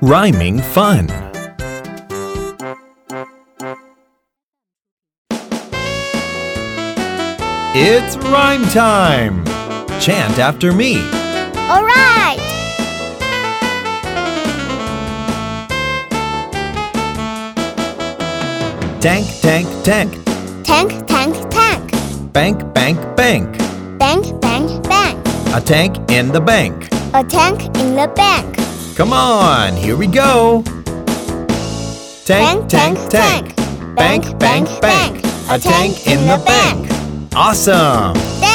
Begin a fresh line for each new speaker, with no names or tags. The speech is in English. Rhyming fun. It's rhyme time! Chant after me.
All right.
Tank, tank, tank.
Tank, tank, tank.
Bank, bank, bank.
Bank, bank, bank.
A tank in the bank.
A tank in the bank.
Come on, here we go. Tank, tank, tank. Bank, bank, bank. A tank in the bank. Awesome!
Thank,